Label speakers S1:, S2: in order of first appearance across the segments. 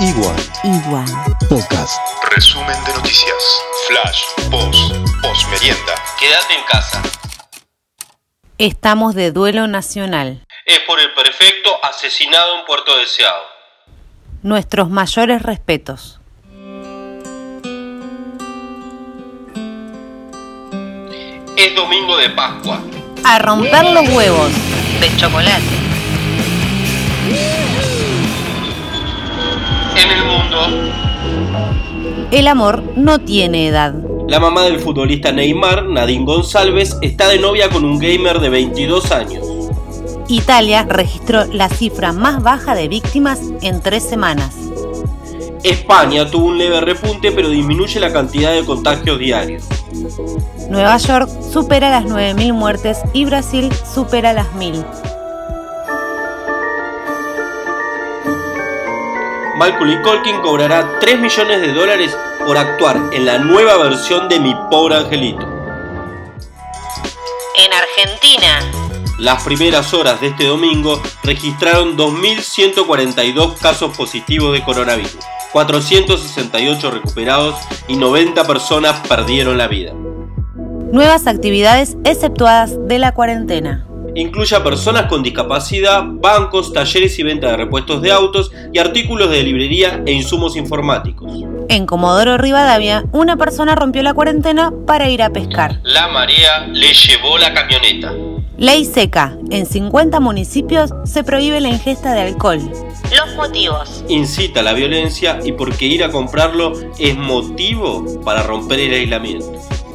S1: Igual.
S2: Igual.
S1: Podcast.
S3: Resumen de noticias. Flash, post, post merienda.
S4: Quédate en casa.
S2: Estamos de duelo nacional.
S4: Es por el prefecto asesinado en Puerto Deseado.
S2: Nuestros mayores respetos.
S4: Es domingo de Pascua.
S2: A romper los huevos.
S5: De chocolate.
S4: En el mundo,
S2: El amor no tiene edad.
S6: La mamá del futbolista Neymar, Nadine González, está de novia con un gamer de 22 años.
S2: Italia registró la cifra más baja de víctimas en tres semanas.
S6: España tuvo un leve repunte pero disminuye la cantidad de contagios diarios.
S2: Nueva York supera las 9.000 muertes y Brasil supera las 1.000.
S6: Macaulay Culkin cobrará 3 millones de dólares por actuar en la nueva versión de Mi Pobre Angelito.
S5: En Argentina.
S6: Las primeras horas de este domingo registraron 2.142 casos positivos de coronavirus, 468 recuperados y 90 personas perdieron la vida.
S2: Nuevas actividades exceptuadas de la cuarentena.
S6: Incluye a personas con discapacidad, bancos, talleres y venta de repuestos de autos y artículos de librería e insumos informáticos.
S2: En Comodoro Rivadavia, una persona rompió la cuarentena para ir a pescar.
S4: la marea le llevó la camioneta.
S2: Ley seca. En 50 municipios se prohíbe la ingesta de alcohol.
S5: Los motivos.
S6: Incita a la violencia y porque ir a comprarlo es motivo para romper el aislamiento.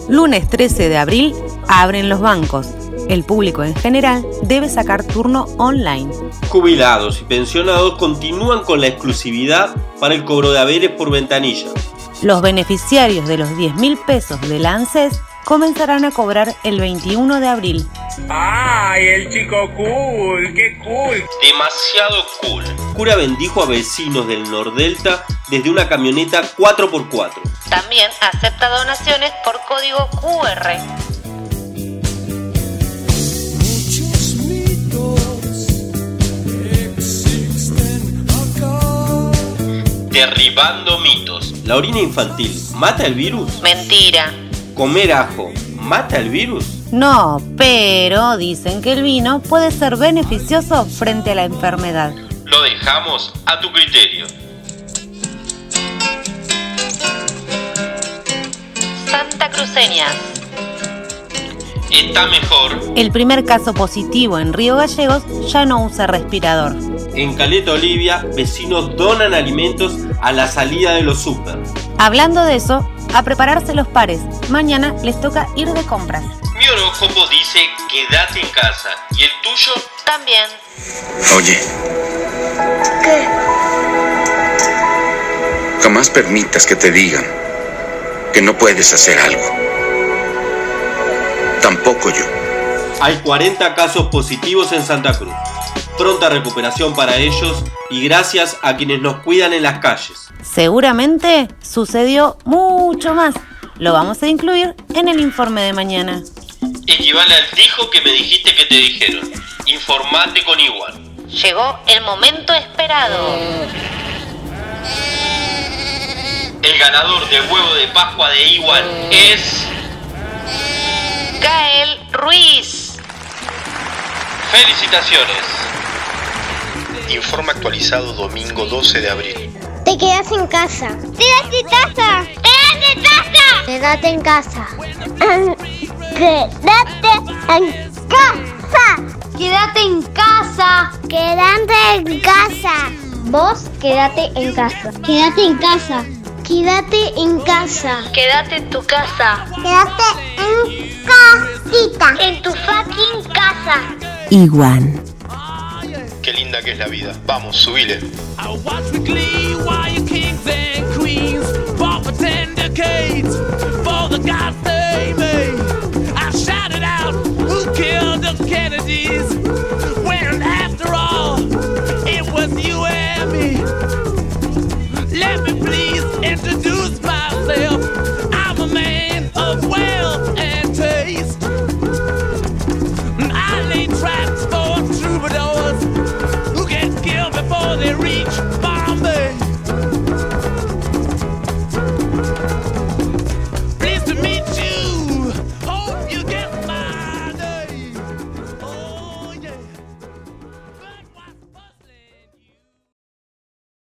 S2: Lunes 13 de abril abren los bancos. El público en general debe sacar turno online.
S6: Jubilados y pensionados continúan con la exclusividad para el cobro de haberes por ventanilla.
S2: Los beneficiarios de los 10 mil pesos de la ANSES comenzarán a cobrar el 21 de abril.
S7: ¡Ay, el chico cool! ¡Qué cool!
S4: Demasiado cool.
S6: Cura bendijo a vecinos del Nordelta desde una camioneta 4x4.
S5: También acepta donaciones por código QR.
S8: Muchos mitos existen acá.
S4: Derribando mitos.
S6: La orina infantil mata el virus.
S5: Mentira.
S6: Comer ajo mata el virus.
S2: No, pero dicen que el vino puede ser beneficioso frente a la enfermedad.
S4: Lo dejamos a tu criterio.
S5: Santa Cruceñas.
S4: Está mejor.
S2: El primer caso positivo en Río Gallegos ya no usa respirador.
S6: En Caleta Olivia, vecinos donan alimentos a la salida de los super.
S2: Hablando de eso, a prepararse los pares. Mañana les toca ir de compras.
S4: Mi horóscopo dice quédate en casa. ¿Y el tuyo?
S5: También.
S9: Oye. Jamás permitas que te digan que no puedes hacer algo. Tampoco yo.
S6: Hay 40 casos positivos en Santa Cruz. Pronta recuperación para ellos y gracias a quienes nos cuidan en las calles.
S2: Seguramente sucedió mucho más. Lo vamos a incluir en el informe de mañana.
S4: Equivale al dijo que me dijiste que te dijeron. Informate con igual.
S5: Llegó el momento esperado.
S4: El ganador de huevo de Pascua de Igual es.
S5: Gael Ruiz.
S4: ¡Felicitaciones!
S3: Informe actualizado domingo 12 de abril.
S10: Te quedas en casa. Te das de taza. Te das de taza. Quédate en casa. Quédate en casa. Quédate en casa. Quédate en casa. Vos quédate en casa. Quédate en casa. Quédate en casa.
S5: Quédate en tu casa.
S10: Quédate en casita. En tu fucking casa.
S2: Iguan.
S3: Qué linda que es la vida. Vamos, subile.
S8: I watch with glee while you kings and queens fall for tender cates for the gods they made. I shouted out, Who killed the Kennedys? Oh,